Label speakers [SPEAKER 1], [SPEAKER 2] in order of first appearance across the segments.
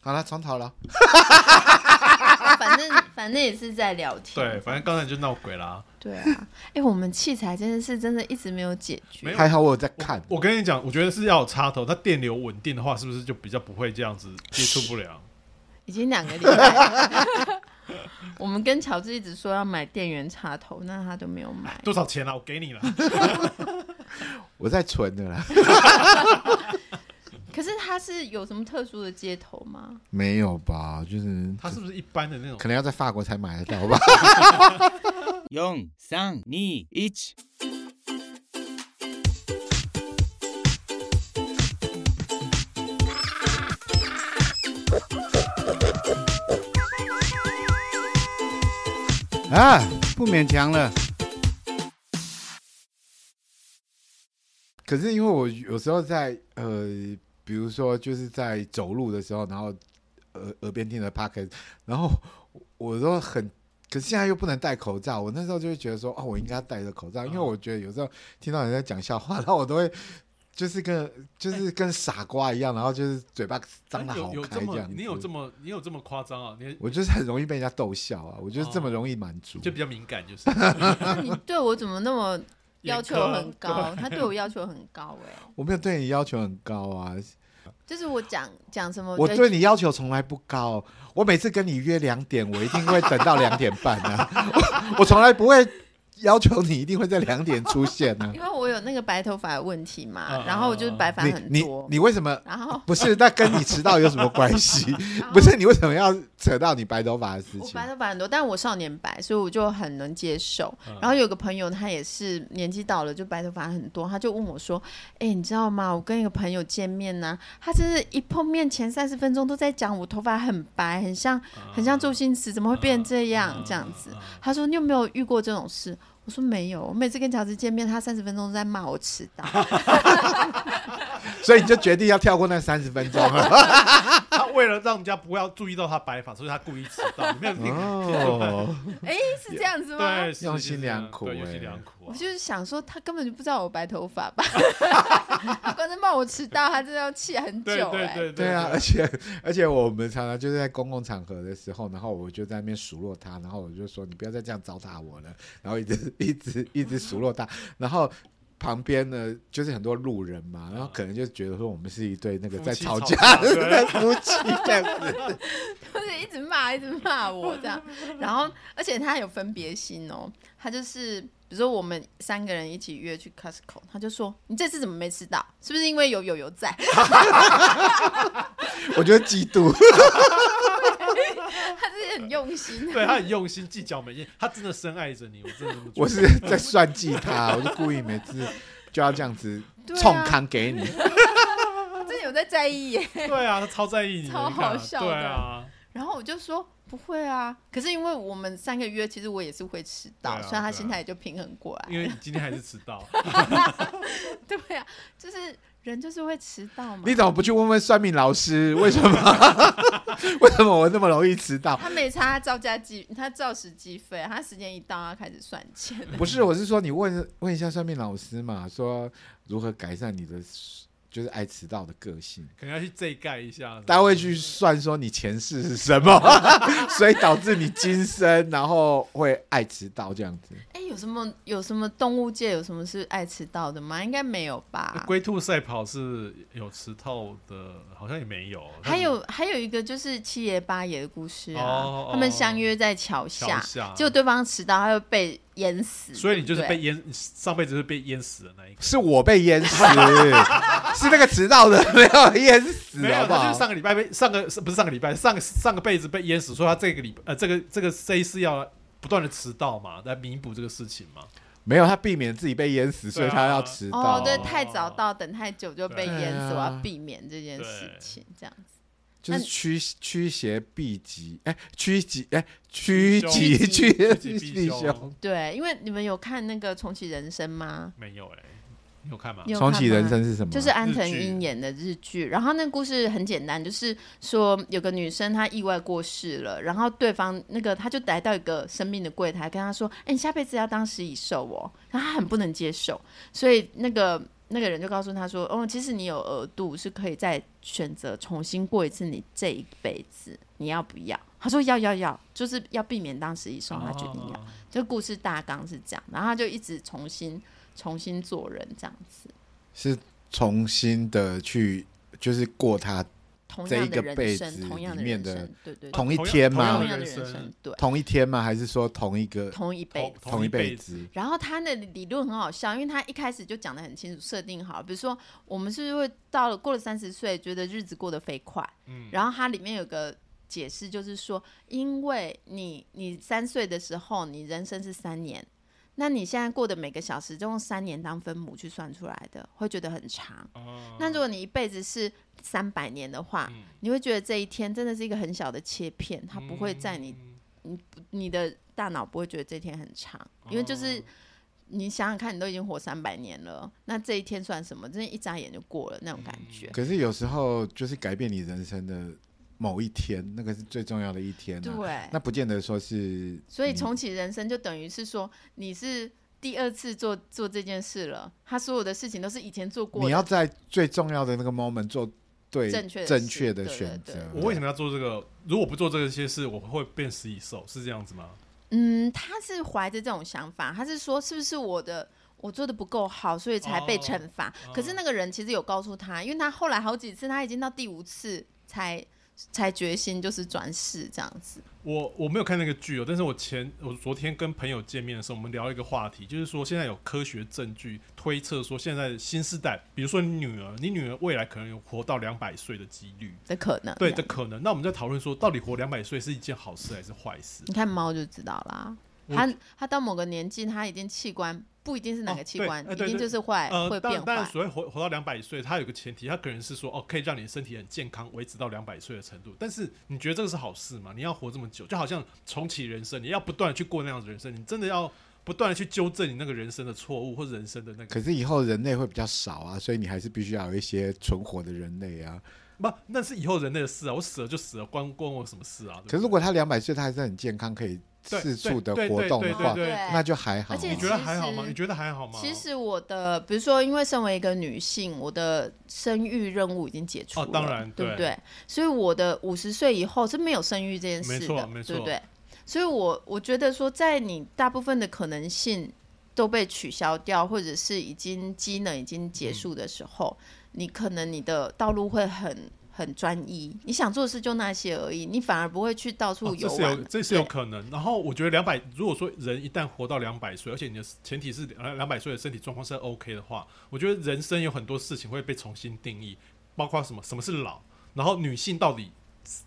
[SPEAKER 1] 好了，重讨了。
[SPEAKER 2] 啊反正反正也是在聊天。
[SPEAKER 3] 对，反正刚才就闹鬼啦。
[SPEAKER 2] 对啊，哎、我们器材真的是真的一直没有解决。
[SPEAKER 3] 没有
[SPEAKER 1] 还好我有在看，
[SPEAKER 3] 我跟你讲，我觉得是要有插头，它电流稳定的话，是不是就比较不会这样子接触不良？
[SPEAKER 2] 已经两个礼拜了。 我们跟乔治一直说要买电源插头，那他都没有买。
[SPEAKER 3] 多少钱啊啦？我 给你了。
[SPEAKER 1] 我在存的啦。
[SPEAKER 2] 可是他是有什么特殊的接头吗？
[SPEAKER 1] 没有吧？就是
[SPEAKER 3] 它是不是一般的那种
[SPEAKER 1] 可？能要在法国才买得到吧。
[SPEAKER 4] 四三二一。
[SPEAKER 5] 啊，不勉强了。
[SPEAKER 1] 可是因为我有时候在呃，比如说就是在走路的时候，然后耳耳边听着 p o c a s t 然后我都很，可是现在又不能戴口罩，我那时候就会觉得说，哦，我应该戴着口罩，
[SPEAKER 3] 嗯
[SPEAKER 1] 因为我觉得有时候听到人在讲笑话，然后我都会。就是跟就是跟傻瓜一样，然后就是嘴巴张的好
[SPEAKER 3] 哎有有
[SPEAKER 1] 开
[SPEAKER 3] 这
[SPEAKER 1] 这
[SPEAKER 3] 么
[SPEAKER 1] 样。
[SPEAKER 3] 你有这，么你有这么夸张啊？你
[SPEAKER 1] 我就是很容易被人家逗笑啊，我就是这么
[SPEAKER 3] 哦
[SPEAKER 1] 容易满足。
[SPEAKER 3] 就比较敏感，就是
[SPEAKER 2] 那你对我怎么那么要求很。
[SPEAKER 3] 严苛
[SPEAKER 2] 高？他对我要求很高哎、
[SPEAKER 1] 我没有对你要求很高啊，
[SPEAKER 2] 就是我讲讲什么，
[SPEAKER 1] 我
[SPEAKER 2] 觉得
[SPEAKER 1] 对你要求从来不高，我每次跟你约两点，我一定会等到两点半啊， 我我从来不会要求你一定会在两点出现 啊。
[SPEAKER 2] 因为我有那个白头发的问题嘛，
[SPEAKER 3] 嗯
[SPEAKER 2] 然后我就是白发
[SPEAKER 1] 你
[SPEAKER 2] 很
[SPEAKER 1] 你
[SPEAKER 2] 多，
[SPEAKER 1] 你为什么
[SPEAKER 2] 然后
[SPEAKER 1] 不是？那跟你迟到有什么关系？
[SPEAKER 2] 然后
[SPEAKER 1] 不是你为什么要扯到你白头发的事
[SPEAKER 2] 我
[SPEAKER 1] 情
[SPEAKER 2] 白？头发很多，但我少年白，所以我就很能接受。
[SPEAKER 3] 嗯
[SPEAKER 2] 然后有个朋友，他也是年纪到了，就白头发很多，他就问我说：“哎、你知道吗？我跟一个朋友见面呢、他真是一碰面前三十分钟都在讲我头发很白，很像
[SPEAKER 3] 嗯啊
[SPEAKER 2] 很像周星驰，怎么会变这样、这样子？”他说：“你有没有遇过这种事？”我说：“没有，我每次跟乔治见面，他三十分钟都在骂我迟 到。
[SPEAKER 1] 所以你就决定要跳过那三十分钟啊了。
[SPEAKER 3] 嗯他为了让人家不要注意到他白发，所以他故意迟到。
[SPEAKER 1] 啊
[SPEAKER 3] 你没有听
[SPEAKER 1] 哦，
[SPEAKER 2] 哎、是这样子吗？”
[SPEAKER 3] 对，是
[SPEAKER 1] 用
[SPEAKER 3] 是
[SPEAKER 1] 心
[SPEAKER 3] 是
[SPEAKER 1] 良苦
[SPEAKER 3] 对用
[SPEAKER 1] 欸
[SPEAKER 3] 心良苦
[SPEAKER 2] 啊我
[SPEAKER 3] 啊。
[SPEAKER 2] 就是想说，他根本就不知道我白头发吧？ 他光是骂我迟到，他真的要气很
[SPEAKER 3] 对
[SPEAKER 2] 久哎、
[SPEAKER 3] 对对
[SPEAKER 1] 对啊，而且而且我们常常就是在公共场合的时候，然后我就在那边数落他，然后我就说你不要再这样糟蹋我了，然后一直一直一直数落他，然后。旁边呢，就是很多路人嘛，然后可能就觉得说我们是一对那个
[SPEAKER 3] 嗯夫
[SPEAKER 1] 在
[SPEAKER 3] 妻
[SPEAKER 1] 吵
[SPEAKER 3] 吵
[SPEAKER 1] 架
[SPEAKER 3] 架
[SPEAKER 1] 的
[SPEAKER 3] 对
[SPEAKER 1] 在夫妻这样子。
[SPEAKER 2] 就是一直骂，一直骂我这样。然后，而且他有分别心哦，他就是比如说我们三个人一起约去 Costco，他就说你这次怎么没吃到？是不是因为有友友在？
[SPEAKER 1] 我觉得嫉妒，
[SPEAKER 2] 他就是很用心。
[SPEAKER 3] 对他啊很用心，计较每件，他真的深爱着你，我真的这么觉得
[SPEAKER 1] 我是在算计他，我就故意每次就要这样子
[SPEAKER 2] 对啊
[SPEAKER 1] 冲康给你。
[SPEAKER 2] 他真的有在在意耶。
[SPEAKER 3] 对啊，他超在意你的，
[SPEAKER 2] 超
[SPEAKER 3] 你看啊
[SPEAKER 2] 好笑的
[SPEAKER 3] 对啊，
[SPEAKER 2] 然后我就说不会啊，可是因为我们三个约，其实我也是会迟到，
[SPEAKER 3] 对啊
[SPEAKER 2] 所以他
[SPEAKER 3] 对啊
[SPEAKER 2] 心态也就平衡过来。
[SPEAKER 3] 因为你今天还是迟到。
[SPEAKER 2] 对啊，就是人就是会迟到嘛。
[SPEAKER 1] 你怎么不去问问算命老师，为什么？ 为什么我那么容易迟到？
[SPEAKER 2] 他没差，他照价计，他照时计费，他时间一到，他开始算钱。
[SPEAKER 1] 不是，我是说你问问一下算命老师嘛，说如何改善你的就是爱迟到的个性。
[SPEAKER 3] 可能要去这盖一下，
[SPEAKER 1] 他会去算说你前世是什 么，所以导致你今生然后会爱迟到这样子。
[SPEAKER 2] 哎、有什么有什么动物界有什么是爱迟到的吗？应该没有吧。
[SPEAKER 3] 龟兔赛跑是有迟到的，好像也没有。
[SPEAKER 2] 还有还有一个就是七爷八爷的故事啊，
[SPEAKER 3] 哦
[SPEAKER 2] 他们相约在桥下
[SPEAKER 3] 桥，下
[SPEAKER 2] 结果对方迟到，他会被淹死。
[SPEAKER 3] 所以你就是
[SPEAKER 2] 对不对
[SPEAKER 3] 被淹，上辈子是被淹死的那一个。
[SPEAKER 1] 是我被淹死， 是那个迟到的没有淹死，
[SPEAKER 3] 没
[SPEAKER 1] 好
[SPEAKER 3] 有，
[SPEAKER 1] 不
[SPEAKER 3] 他
[SPEAKER 1] 好？啊
[SPEAKER 3] 就是上个礼拜被上个是不是上个礼拜上上个辈子被淹死，所以他这个礼拜呃这个这个这一次要不断的迟到嘛，来弥补这个事情嘛。
[SPEAKER 1] 没有，他避免自己被淹死，所以他要迟到。
[SPEAKER 2] 哦，对，太早到，等太久就被淹死，
[SPEAKER 1] 对
[SPEAKER 2] 我
[SPEAKER 1] 啊
[SPEAKER 2] 要避免这件事情，这样子。
[SPEAKER 1] 就是
[SPEAKER 2] 那
[SPEAKER 1] 驱驱邪避吉，哎，驱吉，哎，驱
[SPEAKER 3] 吉
[SPEAKER 1] 吉，驱
[SPEAKER 3] 吉
[SPEAKER 1] 吉避凶。
[SPEAKER 3] 凶
[SPEAKER 2] 对，因为你们有看那个《重启人生》吗？
[SPEAKER 3] 没有哎，你有看吗
[SPEAKER 2] 你？有
[SPEAKER 1] 重
[SPEAKER 2] 看
[SPEAKER 1] 启人
[SPEAKER 2] 吗
[SPEAKER 1] 生是什么？
[SPEAKER 2] 就是安藤
[SPEAKER 3] 日剧
[SPEAKER 2] 英演的日剧，然后那故事很简单，就是说有个女生她意外过世了，然后对方那个她就来到一个生命的柜台，跟她说：“哎、你下辈子要当食蚁兽哦。”然后她很不能接受，所以那个那个人就告诉他说，哦，其实你有额度是可以再选择重新过一次你这一辈子，你要不要？他说要要要，就是要避免当时一送，他决定要。
[SPEAKER 3] 哦
[SPEAKER 1] 啊
[SPEAKER 2] 就故事大纲是这样，然后他就一直重新重新做人这样子，
[SPEAKER 1] 是重新的去，就是过他
[SPEAKER 2] 同
[SPEAKER 1] 这
[SPEAKER 2] 样
[SPEAKER 1] 一个
[SPEAKER 2] 的人
[SPEAKER 1] 辈
[SPEAKER 2] 生，
[SPEAKER 1] 子
[SPEAKER 2] 同样
[SPEAKER 1] 里
[SPEAKER 2] 的
[SPEAKER 1] 面
[SPEAKER 2] 人
[SPEAKER 1] 的
[SPEAKER 2] 生，对对，对
[SPEAKER 1] 同一
[SPEAKER 3] 同样
[SPEAKER 1] 天
[SPEAKER 3] 同
[SPEAKER 1] 吗
[SPEAKER 2] 同
[SPEAKER 3] 样？
[SPEAKER 2] 样的
[SPEAKER 3] 人
[SPEAKER 2] 人
[SPEAKER 3] 生
[SPEAKER 2] 生，对，
[SPEAKER 1] 同一天吗？还是说同一个
[SPEAKER 2] 同一辈子。
[SPEAKER 1] 同一辈
[SPEAKER 3] 子，
[SPEAKER 1] 子？
[SPEAKER 2] 然后他那理论很好笑，因为他一开始就讲得很清楚，设定好，比如说我们是会到了过了三十岁，觉得日子过得飞快，
[SPEAKER 3] 嗯，
[SPEAKER 2] 然后它里面有个解释，就是说，因为你你三岁的时候，你人生是三年，那你现在过的每个小时就用三年当分母去算出来的，会觉得很长。
[SPEAKER 3] 哦
[SPEAKER 2] 那如果你一辈子是三百年的话，
[SPEAKER 3] 嗯
[SPEAKER 2] 你会觉得这一天真的是一个很小的切片，它不会在你、
[SPEAKER 3] 嗯
[SPEAKER 2] 你的大脑不会觉得这一天很长，因为就是
[SPEAKER 3] 哦。
[SPEAKER 2] 你想想看，你都已经活三百年了，那这一天算什么？真的一眨眼就过了那种感觉。
[SPEAKER 3] 嗯
[SPEAKER 1] 可是有时候就是改变你人生的某一天，那个是最重要的一天、啊。
[SPEAKER 3] 嗯
[SPEAKER 2] 对，
[SPEAKER 1] 那不见得说是，
[SPEAKER 2] 所以重启人生就等于是说你是第二次做做这件事了，他所有的事情都是以前做过的。
[SPEAKER 1] 你要在最重要的那个 moment 做对
[SPEAKER 2] 正确的
[SPEAKER 1] 正
[SPEAKER 2] 事
[SPEAKER 1] 确的
[SPEAKER 2] 对对
[SPEAKER 1] 选
[SPEAKER 2] 对
[SPEAKER 1] 择。
[SPEAKER 3] 我为什么要做这个？如果不做这些事，我会变食蚁兽，是这样子吗？
[SPEAKER 2] 嗯，他是怀着这种想法，他是说是不是我的我做的不够好，所以才被惩罚？
[SPEAKER 3] 哦
[SPEAKER 2] 可是那个人其实有告诉他，因为他后来好几次，他已经到第五次才才决心就是转世这样子。
[SPEAKER 3] 我我没有看那个剧哦，但是我前我昨天跟朋友见面的时候，我们聊一个话题，就是说现在有科学证据推测说，现在新时代，比如说你女儿，你女儿未来可能有活到两百岁的几率，
[SPEAKER 2] 的可能
[SPEAKER 3] 对
[SPEAKER 2] 这
[SPEAKER 3] 的
[SPEAKER 2] 样
[SPEAKER 3] 可能。那我们在讨论说，到底活两百岁是一件好事还是坏事？
[SPEAKER 2] 你看猫就知道啦。
[SPEAKER 3] 我
[SPEAKER 2] 它它到某个年纪，它已经器官不一定是哪
[SPEAKER 3] 哦
[SPEAKER 2] 个器
[SPEAKER 3] 对
[SPEAKER 2] 官，
[SPEAKER 3] 呃
[SPEAKER 2] 一
[SPEAKER 3] 对
[SPEAKER 2] 定
[SPEAKER 3] 对
[SPEAKER 2] 就是坏、
[SPEAKER 3] 呃，
[SPEAKER 2] 会
[SPEAKER 3] 当
[SPEAKER 2] 变
[SPEAKER 3] 然当然，
[SPEAKER 2] 坏。
[SPEAKER 3] 所谓活活到两百岁，它有个前提，它可能是说哦，可以让你身体很健康，维持到两百岁的程度。但是你觉得这个是好事吗？你要活这么久，就好像重启人生，你要不断的去过那样的人生，你真的要不断的去纠正你那个人生的错误或者人生的那个
[SPEAKER 1] 可是以后人类会比较少啊，所以你还是必须要有一些存活的人类啊。
[SPEAKER 3] 不，那是以后人类的事啊，我死了就死了，关关我什么事啊？对不
[SPEAKER 1] 可是
[SPEAKER 3] 对
[SPEAKER 1] 如果他两百岁，他还是很健康，可以
[SPEAKER 3] 对
[SPEAKER 1] 四处的
[SPEAKER 3] 对对
[SPEAKER 1] 活动的
[SPEAKER 3] 对
[SPEAKER 1] 话
[SPEAKER 3] 对，对
[SPEAKER 1] 那就还好啊。
[SPEAKER 2] 而且
[SPEAKER 3] 你觉得
[SPEAKER 2] 其
[SPEAKER 3] 还好吗？
[SPEAKER 2] 实
[SPEAKER 3] 你觉得还好吗？
[SPEAKER 2] 其实我的，比如说，因为身为一个女性，我的生育任务已经解除了，
[SPEAKER 3] 哦当然
[SPEAKER 2] 对不
[SPEAKER 3] 对
[SPEAKER 2] 对？所以我的五十岁以后是没有生育这件事
[SPEAKER 3] 没
[SPEAKER 2] 的，
[SPEAKER 3] 错没错
[SPEAKER 2] 对不对？所以我我觉得说，在你大部分的可能性都被取消掉，或者是已经机能已经结束的时候，你可能你的道路会很很专一，你想做的事就那些而已，你反而不会去到
[SPEAKER 3] 哦
[SPEAKER 2] 处
[SPEAKER 3] 这
[SPEAKER 2] 游
[SPEAKER 3] 是
[SPEAKER 2] 玩。
[SPEAKER 3] 有这是有
[SPEAKER 2] 对
[SPEAKER 3] 可能。然后我觉得两百，如果说人一旦活到两百岁，而且你的前提是两两百岁的身体状况是 OK 的话，我觉得人生有很多事情会被重新定义，包括什么什么是老，然后女性到底。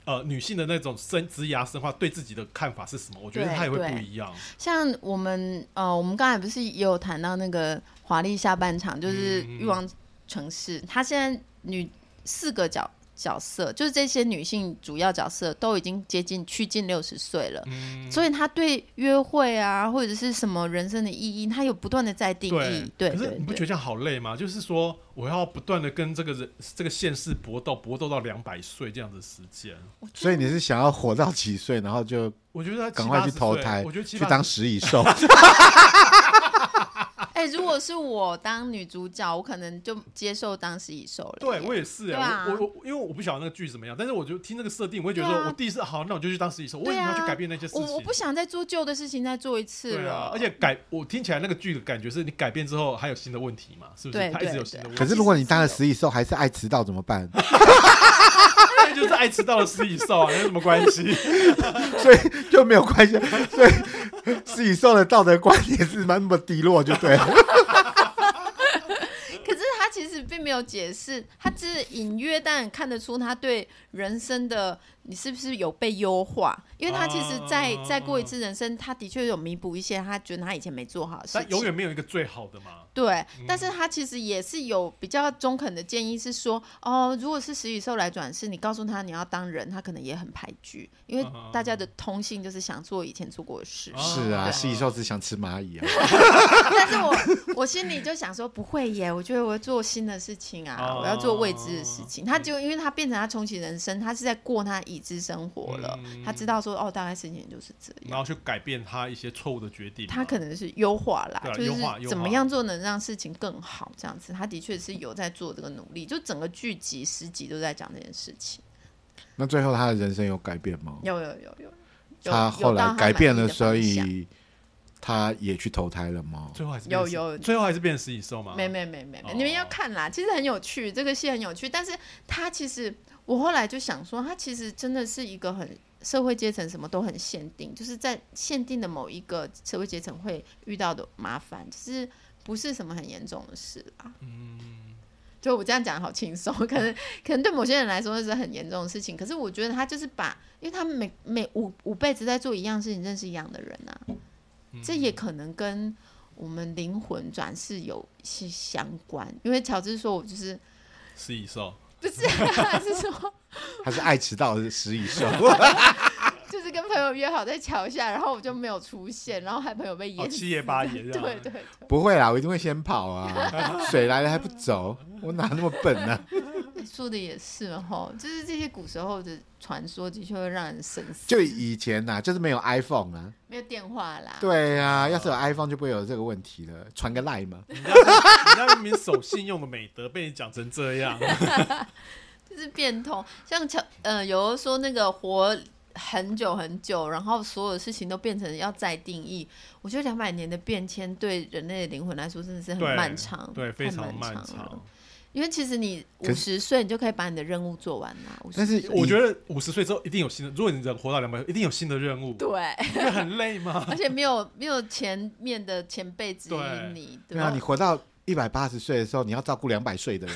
[SPEAKER 3] 呃，女性的那种生职涯生化对自己的看法是什么？我觉得
[SPEAKER 2] 对
[SPEAKER 3] 她也会
[SPEAKER 2] 对
[SPEAKER 3] 不一样。
[SPEAKER 2] 像我们呃，我们刚才不是也有谈到那个华丽下半场，就是
[SPEAKER 3] 嗯嗯嗯
[SPEAKER 2] 欲望城市，她现在女四个角角色，就是这些女性主要角色都已经接近趋近六十岁了。
[SPEAKER 3] 嗯，
[SPEAKER 2] 所以她对约会啊，或者是什么人生的意义，她有不断的在定义。对
[SPEAKER 3] 可是
[SPEAKER 2] 对
[SPEAKER 3] 你不觉
[SPEAKER 2] 对
[SPEAKER 3] 得，这样好累吗？就是说，我要不断的跟这个人、这个现世搏斗，搏斗到两百岁这样的时间。
[SPEAKER 1] 所以你是想要活到几岁，然后就
[SPEAKER 3] 我觉得
[SPEAKER 1] 赶快去
[SPEAKER 3] 70
[SPEAKER 1] 投
[SPEAKER 3] 岁
[SPEAKER 1] 胎
[SPEAKER 3] 我觉，得七
[SPEAKER 1] 去
[SPEAKER 3] 八
[SPEAKER 1] 当食蚁 兽。
[SPEAKER 2] 哎、如果是我当女主角，我可能就接受当时已售了耶。
[SPEAKER 3] 对我也是
[SPEAKER 2] 对
[SPEAKER 3] 哎、
[SPEAKER 2] 啊
[SPEAKER 3] 我我我因为我不晓得那个剧怎么样，但是我就听那个设定，我会觉得
[SPEAKER 2] 对啊
[SPEAKER 3] 说，我第一次好，那我就去当实习生，我为
[SPEAKER 2] 对
[SPEAKER 3] 什么要去
[SPEAKER 2] 啊
[SPEAKER 3] 改变那些事情？
[SPEAKER 2] 我我不想再做旧的事情再做一次
[SPEAKER 3] 对
[SPEAKER 2] 了。
[SPEAKER 3] 啊，而且改我听起来那个剧的感觉是你改变之后还有新的问题嘛，是不是？
[SPEAKER 2] 对
[SPEAKER 3] 它一直
[SPEAKER 2] 对
[SPEAKER 3] 有新的问
[SPEAKER 2] 对
[SPEAKER 3] 题，
[SPEAKER 1] 可是如果你当了食蚁兽还是爱迟到怎么办？
[SPEAKER 3] 那就是爱迟到的食蚁兽啊，有什么关 系？
[SPEAKER 1] 所以就没有关系。所以食蚁兽的道德观念是蛮那么低落，就 对了。
[SPEAKER 2] 可是他其实并没有解释，他只是隐约但看得出他对人生的你是不是有被优化，因为他其实再、
[SPEAKER 3] 啊
[SPEAKER 2] 再过一次人生，他的确有弥补一些他觉得他以前没做好的事
[SPEAKER 3] 但
[SPEAKER 2] 情。
[SPEAKER 3] 永远嗯没有一个最好的嘛。
[SPEAKER 2] 对，但是他其实也是有比较中肯的建议，是说哦，如果是食蚁兽来转世，你告诉他你要当人，他可能也很排拒，因为
[SPEAKER 3] 啊
[SPEAKER 2] 大家的通性就是想做以前做过的事。
[SPEAKER 3] 啊
[SPEAKER 1] 是啊，
[SPEAKER 3] 对
[SPEAKER 1] 食蚁兽只想吃蚂蚁啊。
[SPEAKER 2] 但是我我心里就想说，不会耶，我觉得我做新的事事情啊，
[SPEAKER 3] 哦
[SPEAKER 2] 我要做未知的事情。他就因为他变成他重启人生，他是在过他已知生活了。
[SPEAKER 3] 嗯
[SPEAKER 2] 他知道说，哦，大概事情就是这
[SPEAKER 3] 然
[SPEAKER 2] 样。
[SPEAKER 3] 后去改变他一些错误的决定嘛。
[SPEAKER 2] 他可能是优化啦，
[SPEAKER 3] 对啊
[SPEAKER 2] 就
[SPEAKER 3] 优化
[SPEAKER 2] 是
[SPEAKER 3] 优
[SPEAKER 2] 怎么
[SPEAKER 3] 化
[SPEAKER 2] 样做能让事情更好，这样子。他的确是有在做这个努力，就整个剧集十集都在讲这件事情。
[SPEAKER 1] 那最后他的人生有改变吗？
[SPEAKER 2] 有有有有，有
[SPEAKER 1] 他后
[SPEAKER 2] 有到
[SPEAKER 1] 来
[SPEAKER 2] 他
[SPEAKER 1] 改变
[SPEAKER 2] 满
[SPEAKER 1] 了，
[SPEAKER 2] 意的方
[SPEAKER 1] 所
[SPEAKER 2] 向
[SPEAKER 1] 以他也去投胎了 吗？
[SPEAKER 3] 最后还是
[SPEAKER 2] 有
[SPEAKER 3] 变
[SPEAKER 2] 有
[SPEAKER 3] 最后还是变食蚁兽嘛？
[SPEAKER 2] 没没没没没，
[SPEAKER 3] 哦
[SPEAKER 2] 你们要看啦，其实很有趣，这个戏很有趣，但是它其实我后来就想说，它其实真的是一个很社会阶层什么都很限定，就是在限定的某一个社会阶层会遇到的麻烦，就是不是什么很严重的事啦。
[SPEAKER 3] 嗯，
[SPEAKER 2] 就我这样讲好轻松，可能可能对某些人来说那是很严重的事情，可是我觉得他就是把，因为他们每每五五辈子在做一样事情，认识一样的人啊，
[SPEAKER 3] 嗯
[SPEAKER 2] 这也可能跟我们灵魂转世有些相关，因为乔治说我就是
[SPEAKER 3] 食蚁兽，
[SPEAKER 2] 不是、啊， 是说
[SPEAKER 1] 他是爱迟到的食蚁 兽，
[SPEAKER 2] 就是跟朋友约好在桥下，然后我就没有出现，然后还朋友被
[SPEAKER 3] 哦
[SPEAKER 2] 淹死，
[SPEAKER 3] 七爷八爷
[SPEAKER 2] 对
[SPEAKER 3] 这样。
[SPEAKER 1] 啊
[SPEAKER 2] 对对，
[SPEAKER 1] 不会啦，我一定会先跑啊！水来了还不走，我哪那么笨啊呢、
[SPEAKER 2] 你说的也是哈，就是这些古时候的传说的确会让人深思，
[SPEAKER 1] 就以前呐、就是没有 iPhone 啊。
[SPEAKER 2] 没有电话啦，
[SPEAKER 1] 对啊，要是有 iPhone 就不会有这个问题了。传个 line 嘛，
[SPEAKER 3] 人家是人家明明守信用的美德被你讲成这样，
[SPEAKER 2] 就是变通，像乔呃，有的说那个活很久很久，然后所有事情都变成要再定义。我觉得两百年的变迁对人类的灵魂来说真的是很
[SPEAKER 3] 对
[SPEAKER 2] 漫长，
[SPEAKER 3] 对，非
[SPEAKER 2] 太
[SPEAKER 3] 常
[SPEAKER 2] 漫
[SPEAKER 3] 漫
[SPEAKER 2] 了
[SPEAKER 3] 长。
[SPEAKER 2] 因为其实你
[SPEAKER 1] 可是
[SPEAKER 2] 五十岁，你就可以把你的任务做完啦。50
[SPEAKER 1] 但是
[SPEAKER 2] 岁
[SPEAKER 3] 我觉得五十岁之后一定有新的，如果你人活到两百，一定有新的任务，
[SPEAKER 2] 对，
[SPEAKER 3] 不会很累吗？
[SPEAKER 2] 而且没有没有前面的前辈指
[SPEAKER 3] 对
[SPEAKER 2] 引你，
[SPEAKER 1] 对
[SPEAKER 2] 吧？
[SPEAKER 1] 啊，你活到一百八十岁的时候，你要照顾两百岁的人，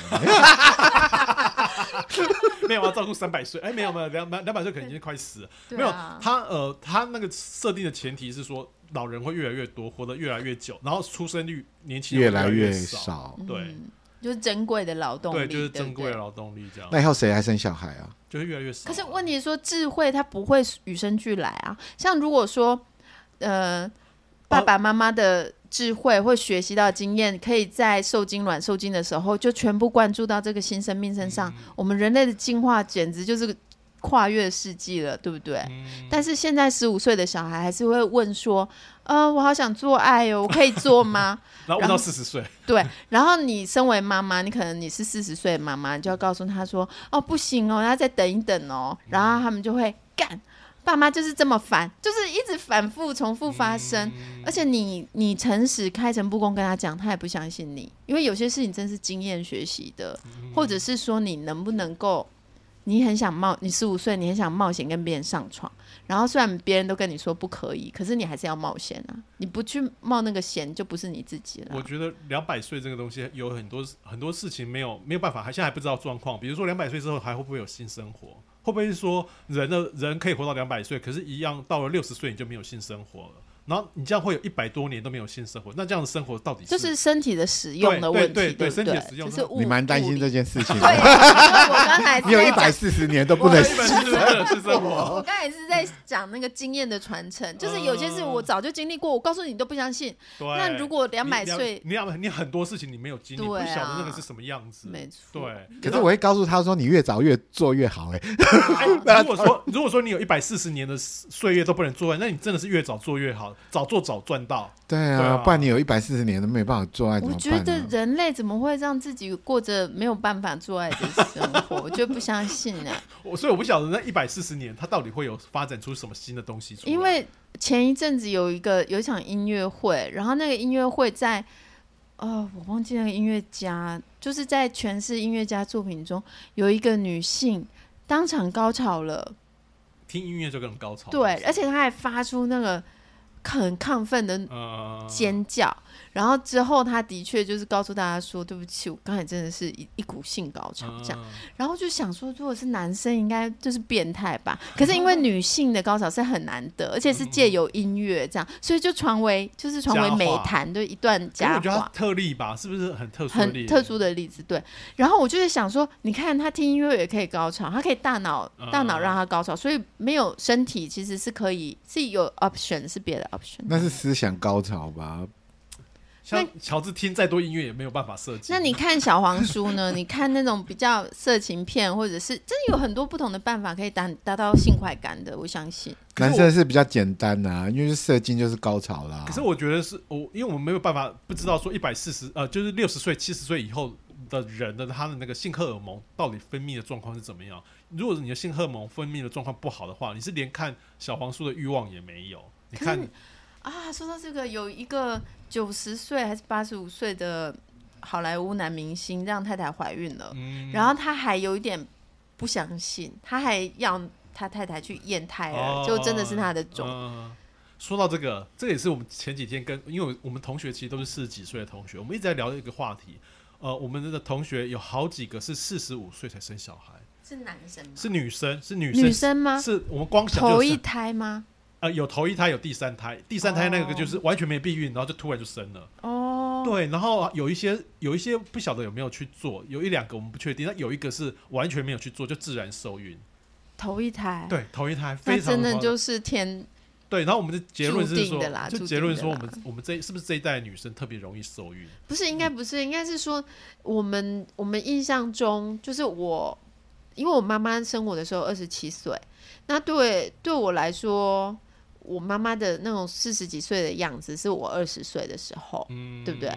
[SPEAKER 3] 没有，我要照顾三百岁，哎，没有没有，两百两百岁可能已经快死了。
[SPEAKER 2] 对
[SPEAKER 3] 没有
[SPEAKER 2] 啊，
[SPEAKER 3] 他呃，他那个设定的前提是说老人会越来越多，活得越来越久，然后出生率年轻
[SPEAKER 1] 越
[SPEAKER 3] 人
[SPEAKER 1] 来
[SPEAKER 3] 会越
[SPEAKER 1] 越
[SPEAKER 3] 来少，
[SPEAKER 1] 少。
[SPEAKER 2] 嗯
[SPEAKER 3] 对
[SPEAKER 2] 就是珍贵的劳动
[SPEAKER 3] 对，
[SPEAKER 2] 力，
[SPEAKER 3] 就是珍
[SPEAKER 2] 不
[SPEAKER 3] 贵
[SPEAKER 2] 对
[SPEAKER 3] 的劳动力这样，
[SPEAKER 1] 那以后谁还生小孩啊？
[SPEAKER 3] 就会越来越少。
[SPEAKER 2] 可是问题是说，智慧它不会与生俱来啊。像如果说，呃，爸爸妈妈的智慧或学习到经验，可以在受精卵受精的时候就全部灌注到这个新生命身上，我们人类的进化简直就是跨越世纪了，对不对？
[SPEAKER 3] 嗯，
[SPEAKER 2] 但是现在十五岁的小孩还是会问说：“呃，我好想做爱哦，我可以做吗？”
[SPEAKER 3] 然后问
[SPEAKER 2] 然
[SPEAKER 3] 到
[SPEAKER 2] 后
[SPEAKER 3] 四十岁，
[SPEAKER 2] 对，然后你身为妈妈，你可能你是四十岁的妈妈，你就要告诉她说：“哦，不行哦，要再等一等哦。”然后他们就会干。爸妈就是这么烦，就是一直反复重复发生。而且你你诚实开诚布公跟他讲，他也不相信你，因为有些事情真是经验学习的，或者是说你能不能够，你很想冒，你十五岁你很想冒险跟别人上床，然后虽然别人都跟你说不可以，可是你还是要冒险啊！你不去冒那个险，就不是你自己了啊。
[SPEAKER 3] 我觉得两百岁这个东西有很多很多事情没有没有办法，还现在还不知道状况。比如说两百岁之后还会不会有新生活？会不会是说人的人可以活到两百岁，可是一样到了六十岁你就没有新生活了？然后你这样会有一百多年都没有新生活，那这样的生活到底
[SPEAKER 2] 就是身体的使用的问题，
[SPEAKER 3] 对对对
[SPEAKER 2] 不
[SPEAKER 3] 身体的使用
[SPEAKER 2] 就是物
[SPEAKER 1] 你蛮担心这件事情
[SPEAKER 2] 对，
[SPEAKER 1] 的
[SPEAKER 2] 因为。我 刚 才是
[SPEAKER 1] 你有一
[SPEAKER 2] 在
[SPEAKER 1] 百
[SPEAKER 2] 讲，
[SPEAKER 1] 四十年都不能
[SPEAKER 3] 一百四十岁的新生
[SPEAKER 2] 我
[SPEAKER 3] 活？
[SPEAKER 2] 刚才是在讲那个经验的传承，就是有些事我
[SPEAKER 3] 嗯
[SPEAKER 2] 早就经历过，我告诉你你都不相信。
[SPEAKER 3] 对，
[SPEAKER 2] 那如果两百
[SPEAKER 3] 你
[SPEAKER 2] 岁，
[SPEAKER 3] 你要你很多事情你没有经历，
[SPEAKER 2] 对啊
[SPEAKER 3] 不晓得那个是什么样子。
[SPEAKER 2] 没错，
[SPEAKER 3] 嗯 对，
[SPEAKER 1] 可是我会告诉他说，你越早越做越好、欸。
[SPEAKER 3] 哎，如果说如果说你有一百四十年的岁月都不能做爱，那你真的是越早做越好，早做早赚到。
[SPEAKER 1] 对
[SPEAKER 3] 对啊
[SPEAKER 1] 啊，不然你有一百四十年都没办法做爱，怎
[SPEAKER 2] 我
[SPEAKER 1] 么
[SPEAKER 2] 觉
[SPEAKER 1] 办啊
[SPEAKER 2] 得
[SPEAKER 1] 呢？
[SPEAKER 2] 人类怎么会让自己过着没有办法做爱的生活？我就不相信啊呢、
[SPEAKER 3] 我所以我不晓得那一百四十年它到底会有发展出什么新的东西出来。
[SPEAKER 2] 因为前一阵子有一个有一场音乐会，然后那个音乐会在，呃，我忘记那个音乐家，就是在全是音乐家作品中有一个女性当场高潮了，
[SPEAKER 3] 听音乐就更高潮。
[SPEAKER 2] 对，而且她还发出那个很亢奋的
[SPEAKER 3] 呃，
[SPEAKER 2] 尖叫，然后之后她的确就是告诉大家说，对不起，我刚才真的是一一股性高潮这样。
[SPEAKER 3] 嗯
[SPEAKER 2] 然后就想说，如果是男生，应该就是变态吧？可是因为女性的高潮是很难得，而且是借由音乐这样，所以就传为就是传为美谈，就一段
[SPEAKER 3] 可是
[SPEAKER 2] 佳
[SPEAKER 3] 哎我觉得它
[SPEAKER 2] 话，
[SPEAKER 3] 特例吧，是不是很特殊的例
[SPEAKER 2] 很
[SPEAKER 3] 子？
[SPEAKER 2] 特殊的例子。对，然后我就是想说，你看他听音乐也可以高潮，他可以大脑
[SPEAKER 3] 嗯
[SPEAKER 2] 大脑让他高潮，所以没有身体其实是可以是有 option 是别的 option。
[SPEAKER 1] 那是思想高潮吧？
[SPEAKER 3] 像乔治听再多音乐也没有办法设计。
[SPEAKER 2] 那你看小黄书呢？你看那种比较色情片，或者是真的有很多不同的办法可以达达到性快感的，我相信。
[SPEAKER 1] 男生是比较简单呐、因为射精就是高潮啦。
[SPEAKER 3] 可是我觉得是我，因为我们没有办法不知道说一百四十呃，就是六十岁、七十岁以后的人的他的那个性荷尔蒙到底分泌的状况是怎么样。如果你的性荷尔蒙分泌的状况不好的话，你是连看小黄书的欲望也没有。你看
[SPEAKER 2] 可是啊，说到这个，有一个九十岁还是八十五岁的好莱坞男明星让太太怀孕了，
[SPEAKER 3] 嗯
[SPEAKER 2] 然后他还有一点不相信，他还要他太太去验胎儿，
[SPEAKER 3] 哦
[SPEAKER 2] 就真的是他的种。
[SPEAKER 3] 嗯说到这个，这也是我们前几天跟，因为我们同学其实都是四十几岁的同学，我们一直在聊一个话题。呃，我们的同学有好几个是四十五岁才生小孩，
[SPEAKER 2] 是男生吗？
[SPEAKER 3] 是女生，是女生，
[SPEAKER 2] 女生吗？
[SPEAKER 3] 是我们光想就
[SPEAKER 2] 头
[SPEAKER 3] 是
[SPEAKER 2] 一胎吗？
[SPEAKER 3] 呃有头一胎，有第三胎，第三胎那个
[SPEAKER 2] 哦
[SPEAKER 3] 就是完全没避孕，然后就突然就生了。
[SPEAKER 2] 哦，
[SPEAKER 3] 对，然后有一些有一些不晓得有没有去做，有一两个我们不确定，但有一个是完全没有去做，就自然受孕。
[SPEAKER 2] 头一胎，，
[SPEAKER 3] 对，头一胎
[SPEAKER 2] 那
[SPEAKER 3] 非常
[SPEAKER 2] 真的
[SPEAKER 3] 夸张
[SPEAKER 2] 就是天
[SPEAKER 3] 对，然后我们的结论
[SPEAKER 2] 注
[SPEAKER 3] 是
[SPEAKER 2] 定
[SPEAKER 3] 说
[SPEAKER 2] 的啦，
[SPEAKER 3] 就
[SPEAKER 2] 注
[SPEAKER 3] 结
[SPEAKER 2] 定
[SPEAKER 3] 论
[SPEAKER 2] 的
[SPEAKER 3] 说我
[SPEAKER 2] 啦
[SPEAKER 3] 们我们这是不是这一代的女生特别容易受孕？
[SPEAKER 2] 不是，
[SPEAKER 3] 嗯
[SPEAKER 2] 应该不是，应该是说我们我们印象中，就是我，因为我妈妈生我的时候二十七岁，那对对我来说，我妈妈的那种四十几岁的样子，是我二十岁的时候，
[SPEAKER 3] 嗯，
[SPEAKER 2] 对不对？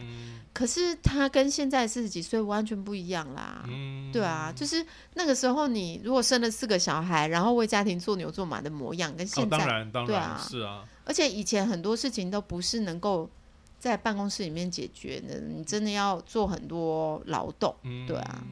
[SPEAKER 2] 可是她跟现在四十几岁完全不一样啦。
[SPEAKER 3] 嗯，
[SPEAKER 2] 对啊，就是那个时候，你如果生了四个小孩，然后为家庭做牛做马的模样，跟
[SPEAKER 3] 哦，
[SPEAKER 2] 现
[SPEAKER 3] 当
[SPEAKER 2] 在，
[SPEAKER 3] 然当
[SPEAKER 2] 对
[SPEAKER 3] 然、
[SPEAKER 2] 啊
[SPEAKER 3] 是啊，
[SPEAKER 2] 而且以前很多事情都不是能够在办公室里面解决的，你真的要做很多劳动，
[SPEAKER 3] 嗯，
[SPEAKER 2] 对啊，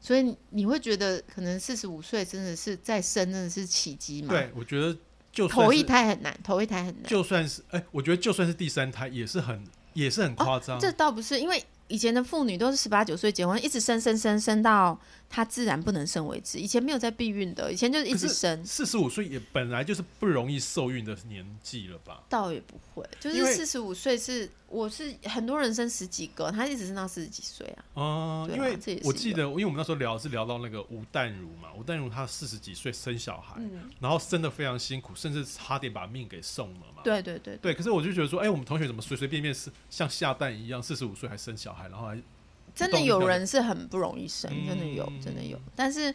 [SPEAKER 2] 所以你你会觉得可能四十五岁真的是再生真的是奇迹嘛？，
[SPEAKER 3] 对，我觉得就算
[SPEAKER 2] 头一
[SPEAKER 3] 是
[SPEAKER 2] 胎很难，头一胎很难。
[SPEAKER 3] 就算是哎、我觉得就算是第三胎也是很也是很夸张、
[SPEAKER 2] 哦这倒不是，因为以前的妇女都是十八九岁结婚，一直生生生生到她自然不能生为止。以前没有在避孕的，以前就是一直生，
[SPEAKER 3] 四十五岁也本来就是不容易受孕的年纪了吧？
[SPEAKER 2] 倒也不会。就
[SPEAKER 3] 因
[SPEAKER 2] 是
[SPEAKER 3] 为
[SPEAKER 2] 四十五岁是我是很多人生十几个，她一直生到四十几岁啊。
[SPEAKER 3] 哦、
[SPEAKER 2] 对啊
[SPEAKER 3] 因为
[SPEAKER 2] 这也是
[SPEAKER 3] 我
[SPEAKER 2] 一
[SPEAKER 3] 记
[SPEAKER 2] 个
[SPEAKER 3] 得，因为我们那时候聊是聊到那个吴淡如嘛，吴淡如她四十几岁生小孩，
[SPEAKER 2] 嗯，
[SPEAKER 3] 然后生的非常辛苦，甚至差点把命给送了嘛。
[SPEAKER 2] 对对对对
[SPEAKER 3] 对，可是我就觉得说，哎、我们同学怎么随随便便是像下蛋一样，四十五岁还生小孩，然后还
[SPEAKER 2] 真的有人是很不容易生，
[SPEAKER 3] 嗯
[SPEAKER 2] 真的有，真的有。但是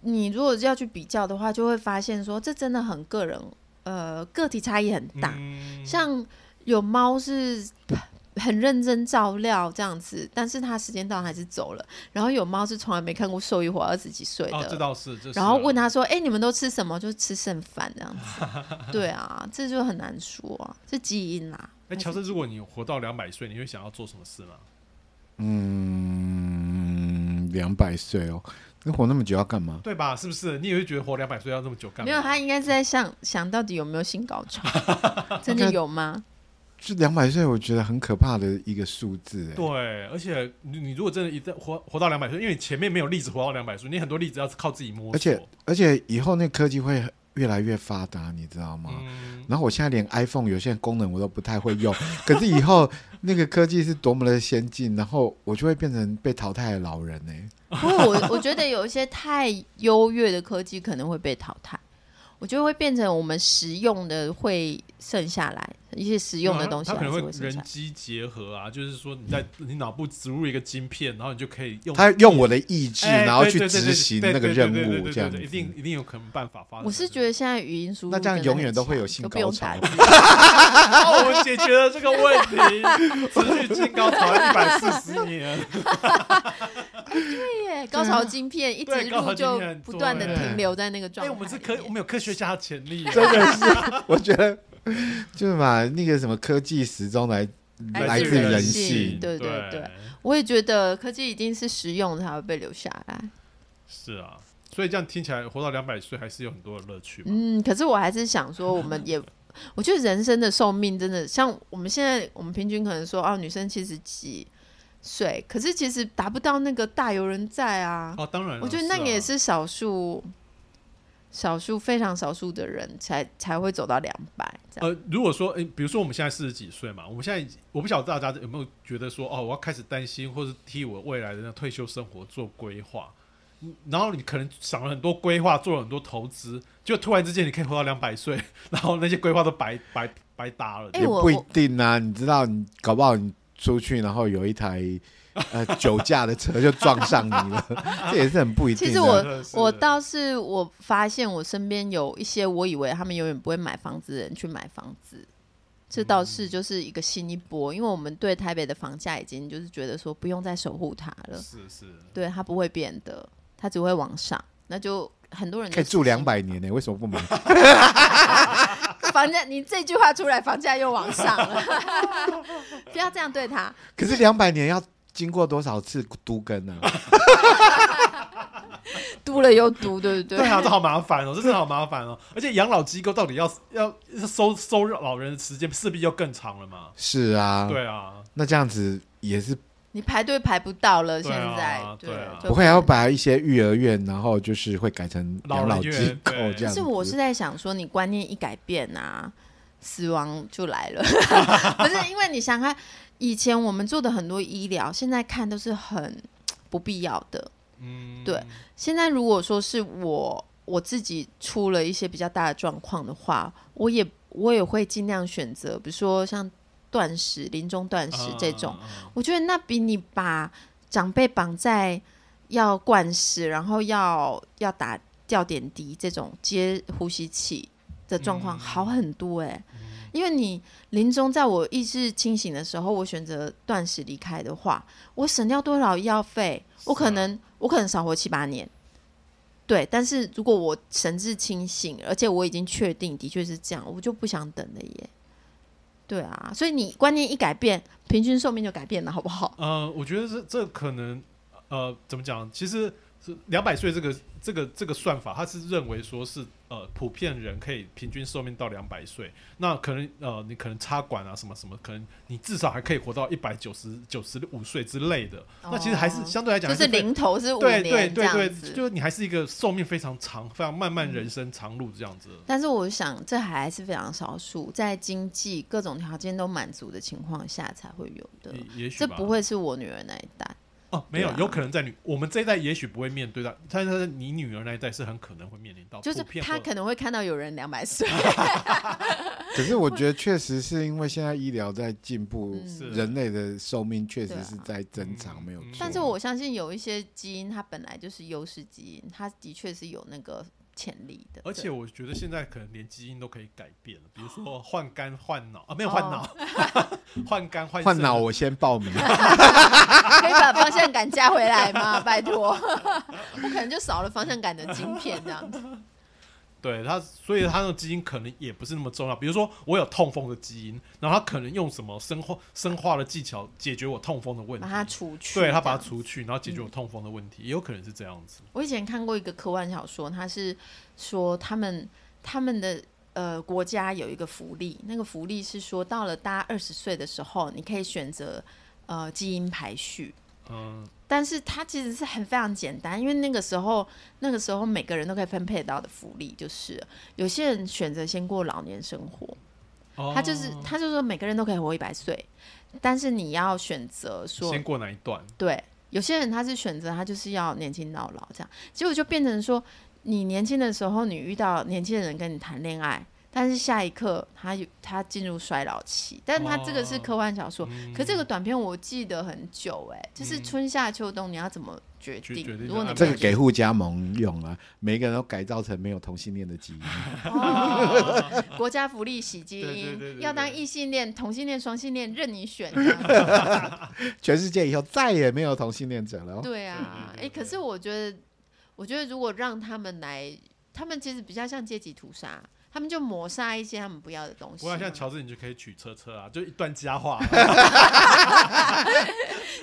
[SPEAKER 2] 你如果要去比较的话，就会发现说，这真的很个人，呃，个体差异很大。
[SPEAKER 3] 嗯
[SPEAKER 2] 像有猫是很认真照料这样子，但是它时间到还是走了。然后有猫是从来没看过兽医活二十几岁
[SPEAKER 3] 哦，这
[SPEAKER 2] 的。
[SPEAKER 3] 倒是，这是
[SPEAKER 2] 然后
[SPEAKER 3] 啊
[SPEAKER 2] 问他说：“哎、你们都吃什么？就吃剩饭这样 子。”对啊，这就很难说啊，是基因啦。
[SPEAKER 3] 哎、乔治，如果你活到两百岁，你会想要做什么事吗？
[SPEAKER 1] 嗯，两百岁哦，那活那么久要干嘛？
[SPEAKER 3] 对吧？是不是？你也会觉得活两百岁要那么久干
[SPEAKER 2] 没
[SPEAKER 3] 嘛？
[SPEAKER 2] 有，他应该是在想想到底有没有性高 潮，真的有吗？
[SPEAKER 1] 这两百岁，我觉得很可怕的一个数字、哎，
[SPEAKER 3] 对，而且你你如果真的一旦活活到两百岁，因为你前面没有例子活到两百岁，你很多例子要靠自己摸索。
[SPEAKER 1] 而且而且以后那科技会越来越发达，你知道吗？
[SPEAKER 3] 嗯，
[SPEAKER 1] 然后我现在连 iPhone 有些功能我都不太会用，可是以后那个科技是多么的先进，然后我就会变成被淘汰的老人呢、欸
[SPEAKER 2] 不过我 我觉得有一些太优越的科技可能会被淘汰，我觉得会变成我们实用的会剩下来，一些实用的东西
[SPEAKER 3] 嗯它可
[SPEAKER 2] 还是
[SPEAKER 3] 能会
[SPEAKER 2] 会剩下
[SPEAKER 3] 人
[SPEAKER 2] 来。
[SPEAKER 3] 机结合啊，就是说你在你脑部植入一个晶片，然后你就可以用
[SPEAKER 1] 他用我的意志，
[SPEAKER 3] 哎
[SPEAKER 1] 然后
[SPEAKER 3] 对
[SPEAKER 1] 去
[SPEAKER 3] 对对
[SPEAKER 1] 执
[SPEAKER 3] 对
[SPEAKER 1] 行
[SPEAKER 3] 对
[SPEAKER 1] 那个
[SPEAKER 3] 对对
[SPEAKER 1] 任
[SPEAKER 3] 对对
[SPEAKER 1] 务，
[SPEAKER 3] 对
[SPEAKER 1] 这样
[SPEAKER 3] 对
[SPEAKER 1] 子
[SPEAKER 3] 一定一定有可能办法发生。
[SPEAKER 2] 我是 觉得现在语音输入
[SPEAKER 1] 那这样
[SPEAKER 2] 真的很
[SPEAKER 1] 永远都会有性
[SPEAKER 2] 强都不用
[SPEAKER 1] 高潮
[SPEAKER 2] 打字
[SPEAKER 3] 得，哦，我解决了这个问题，持续进高潮一百四十 年。
[SPEAKER 2] 对
[SPEAKER 3] 啊
[SPEAKER 2] 耶，高潮晶片一
[SPEAKER 3] 对
[SPEAKER 2] 直
[SPEAKER 3] 高
[SPEAKER 2] 入
[SPEAKER 3] 潮
[SPEAKER 2] 就
[SPEAKER 3] 晶片
[SPEAKER 2] 不断的
[SPEAKER 1] 对
[SPEAKER 2] 停留在那个状
[SPEAKER 3] 哎，
[SPEAKER 2] 态。
[SPEAKER 3] 我们是科，我们有科学家的潜力啊。
[SPEAKER 1] 真的是， 我觉得就是把那个什么科技始终来
[SPEAKER 2] 来
[SPEAKER 1] 来
[SPEAKER 2] 自
[SPEAKER 1] 自
[SPEAKER 2] 人
[SPEAKER 1] 人
[SPEAKER 2] 性
[SPEAKER 1] 性。
[SPEAKER 2] 对对对我也觉得科技一定是实用的才会被留下来。
[SPEAKER 3] 是啊，所以这样听起来，活到两百岁还是有很多的乐趣吧。
[SPEAKER 2] 嗯，可是我还是想说，我们也，我觉得人生的寿命真的像我们现在，我们平均可能说，哦，女生七十几岁，可是其实达不到那个大有人在啊。
[SPEAKER 3] 哦，当然啊，
[SPEAKER 2] 我觉得那
[SPEAKER 3] 啊
[SPEAKER 2] 个也是少数，少数非常少数的人才才会走到两百这样。
[SPEAKER 3] 呃，如果说，诶，比如说我们现在四十几岁嘛，我们现在已经我不晓得大家有没有觉得说，哦，我要开始担心，或是替我未来的那退休生活做规划。嗯然后你可能想了很多规划，做了很多投资，就突然之间你可以活到两百岁，然后那些规划都白白白搭了。
[SPEAKER 2] 哎
[SPEAKER 1] 也
[SPEAKER 2] 我
[SPEAKER 1] 不一定啊，你知道，你搞不好你出去，然后有一台呃酒驾的车就撞上你了，这 也是很不一定的。啊
[SPEAKER 2] 其实我
[SPEAKER 3] 真的是
[SPEAKER 2] 我倒是我发现我身边有一些我以为他们永远不会买房子的人去买房子，这倒
[SPEAKER 3] 嗯
[SPEAKER 2] 是就是一个新一波，因为我们对台北的房价已经就是觉得说不用再守护它了，
[SPEAKER 3] 是是，
[SPEAKER 2] 对它不会变的，它只会往上，那就很多人就
[SPEAKER 1] 可以住
[SPEAKER 2] 是
[SPEAKER 1] 两百年呢、为什么不买？
[SPEAKER 2] 房价，你这句话出来，房价又往上了， 不要这样对他。
[SPEAKER 1] 可是两百年要经过多少次都更呢、 啊？
[SPEAKER 2] 嘟了又嘟，对不对？
[SPEAKER 3] 对啊，这好麻烦哦，这真的好麻烦哦。而且养老机构到底要要收收老人的时间，势必又更长了嘛？
[SPEAKER 1] 是
[SPEAKER 2] 嗯
[SPEAKER 1] 啊，
[SPEAKER 3] 对啊，
[SPEAKER 1] 那这样子也是
[SPEAKER 2] 你排队排不到了，现
[SPEAKER 3] 对啊
[SPEAKER 2] 在
[SPEAKER 3] 对啊
[SPEAKER 2] 就
[SPEAKER 1] 不会要把一些育儿院，然后就是会改成
[SPEAKER 3] 老
[SPEAKER 1] 养
[SPEAKER 3] 人
[SPEAKER 1] 老
[SPEAKER 3] 院
[SPEAKER 1] 机构
[SPEAKER 3] 对
[SPEAKER 1] 这样子。
[SPEAKER 2] 可是我是在想说，你观念一改变啊，死亡就来 了。不是因为你想看，以前我们做的很多医疗，现在看都是很不必要的。
[SPEAKER 3] 嗯，
[SPEAKER 2] 对现在如果说是我我自己出了一些比较大的状况的话，我也我也会尽量选择，比如说像断食、临终断食
[SPEAKER 1] 啊
[SPEAKER 2] 这种，
[SPEAKER 3] 嗯，嗯嗯
[SPEAKER 2] 我觉得那比你把长辈绑在要灌食，然后要要打吊点滴这种接呼吸器的状况
[SPEAKER 3] 嗯
[SPEAKER 2] 好很多哎、因为你临终在我意识清醒的时候，我选择断食离开的话，我省掉多少医药费？我
[SPEAKER 3] 是
[SPEAKER 2] 可
[SPEAKER 3] 啊
[SPEAKER 2] 能、我可能少活七八年。对，但是如果我神志清醒，而且我已经确定的确是这样，我就不想等了耶。对啊，所以你观念一改变，平均寿命就改变了，好不好？
[SPEAKER 3] 呃，我觉得这这可能，呃，怎么讲？其实两百岁这个这个这个算法，它是认为说是呃，普遍人可以平均寿命到两百岁。那可能呃，你可能插管啊什么什么，可能你至少还可以活到一百九十九十五岁之类的。那其实还是
[SPEAKER 2] 哦
[SPEAKER 3] 相对来讲
[SPEAKER 2] 就
[SPEAKER 3] 还
[SPEAKER 2] 是
[SPEAKER 3] 非
[SPEAKER 2] 零头是五
[SPEAKER 3] 对对
[SPEAKER 2] 年这
[SPEAKER 3] 对
[SPEAKER 2] 样
[SPEAKER 3] 对，
[SPEAKER 2] 子。
[SPEAKER 3] 就是你还是一个寿命非常长、非常漫漫人生长路这样子。
[SPEAKER 2] 但是我想，这还是非常少数，在经济各种条件都满足的情况下才会有的。
[SPEAKER 3] 也也许
[SPEAKER 2] 嗯这
[SPEAKER 3] 吧
[SPEAKER 2] 不会是我女儿那一代。
[SPEAKER 3] 哦，没有
[SPEAKER 2] 对，啊
[SPEAKER 3] 有可能在女我们这一代也许不会面对到，但是你女儿那一代是很可能会面临到，
[SPEAKER 2] 就是
[SPEAKER 3] 啊普遍
[SPEAKER 2] 她
[SPEAKER 3] 或嗯
[SPEAKER 2] 可能会看到有人两百岁，
[SPEAKER 1] 可是我觉得确实是因为现在医疗在进步，
[SPEAKER 3] 是
[SPEAKER 1] 人类的寿命确实
[SPEAKER 2] 嗯对啊
[SPEAKER 1] 是在增
[SPEAKER 3] 嗯
[SPEAKER 1] 长，没有
[SPEAKER 3] 嗯
[SPEAKER 1] 错。
[SPEAKER 2] 但是我相信有一些基因，它本来就是优势基因，它的确是有那个潜力的。
[SPEAKER 3] 而且
[SPEAKER 2] 对
[SPEAKER 3] 我觉得现在可能连基因都可以改变了，比 如说换肝、换脑啊，没有换脑，
[SPEAKER 2] 哦
[SPEAKER 3] 换肝、换
[SPEAKER 1] 换
[SPEAKER 3] 肾
[SPEAKER 1] 脑，我先报名。啊
[SPEAKER 2] 可以把方向感加回来吗？拜托， 我可能就少了方向感的晶片这样子。
[SPEAKER 3] 对它，所以它的基因可能也不是那么重要。比如说我有痛风的基因，然后它可能用什么生化生化的技巧解决我痛风的问
[SPEAKER 2] 把它
[SPEAKER 3] 题，
[SPEAKER 2] 除去。
[SPEAKER 3] 对它把它
[SPEAKER 2] 这样。嗯
[SPEAKER 3] 除去，然后解决我痛风的问题，也有可能是这样子。
[SPEAKER 2] 我以前看过一个科幻小说，它是说他们他们的呃国家有一个福利，那个福利是说到了大家二十岁的时候，你可以选择呃基因排序。
[SPEAKER 3] 嗯，
[SPEAKER 2] 但是它其实是很非常简单，因为那个时候那个时候每个人都可以分配到的福利，就是有些人选择先过老年生活，
[SPEAKER 3] 哦
[SPEAKER 2] 他就是他就说每个人都可以活一百岁，但是你要选择说
[SPEAKER 3] 先过哪一段？
[SPEAKER 2] 对，有些人他是选择他就是要年轻到老这样，结果就变成说，你年轻的时候你遇到年轻的人跟你谈恋爱，但是下一刻他有他进入衰老期，但他这个是
[SPEAKER 3] 哦
[SPEAKER 2] 科幻小说，
[SPEAKER 3] 嗯
[SPEAKER 2] 可这个短片我记得很久哎、就是
[SPEAKER 3] 嗯
[SPEAKER 2] 春夏秋冬你要怎么决
[SPEAKER 3] 决
[SPEAKER 2] 定？
[SPEAKER 3] 决定啊
[SPEAKER 2] 如果
[SPEAKER 3] 的
[SPEAKER 2] 你
[SPEAKER 3] 安
[SPEAKER 1] 这
[SPEAKER 3] 排
[SPEAKER 1] 个给互加盟用了，每一个人都改造成没有同性恋的基因。
[SPEAKER 2] 哦国家福利洗基
[SPEAKER 3] 对对对对
[SPEAKER 2] 因，
[SPEAKER 3] 对
[SPEAKER 2] 要当异性恋、同性恋、双性恋任你 选啊这样子。
[SPEAKER 1] 全世界以后再也没有同性恋者了哦。
[SPEAKER 2] 对啊，哎、
[SPEAKER 3] 对对对
[SPEAKER 2] 可是我觉得，我觉得如果让他们来，他们其实比较像阶级屠杀，他们就抹杀一些他们不要的东西
[SPEAKER 3] 不过
[SPEAKER 2] 嘛。
[SPEAKER 3] 像乔治，你就可以娶车车啊，就一段佳话啊、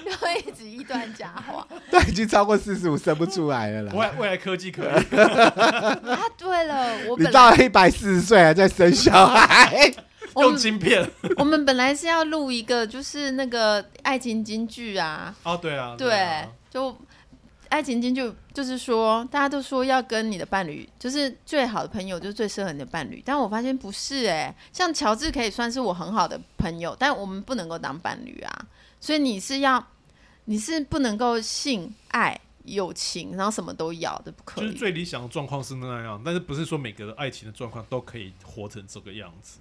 [SPEAKER 2] 就会一直一段假 话
[SPEAKER 1] 都已经超过四十五，生不出来了啦。
[SPEAKER 3] 未来未来科技可以，
[SPEAKER 2] 啊。对了，我
[SPEAKER 1] 你
[SPEAKER 2] 本来
[SPEAKER 1] 到了一百四十岁还在生小 孩，
[SPEAKER 2] 我
[SPEAKER 3] 用
[SPEAKER 2] 们
[SPEAKER 3] 晶片。
[SPEAKER 2] 我们本来是要录一个就是那个爱情金句啊，
[SPEAKER 3] 哦，对啊，
[SPEAKER 2] 对，
[SPEAKER 3] 啊
[SPEAKER 2] 就爱情金句就是说，大家都说要跟你的伴侣，就是最好的朋友，就是最适合你的伴侣。但我发现不是哎、像乔治可以算是我很好的朋友，但我们不能够当伴侣啊。所以你是要，你是不能够性爱、友情，然后什么都要的，不可
[SPEAKER 3] 就是
[SPEAKER 2] 以。
[SPEAKER 3] 最理想的状况是那样，但是不是说每个的爱情的状况都可以活成这个样子？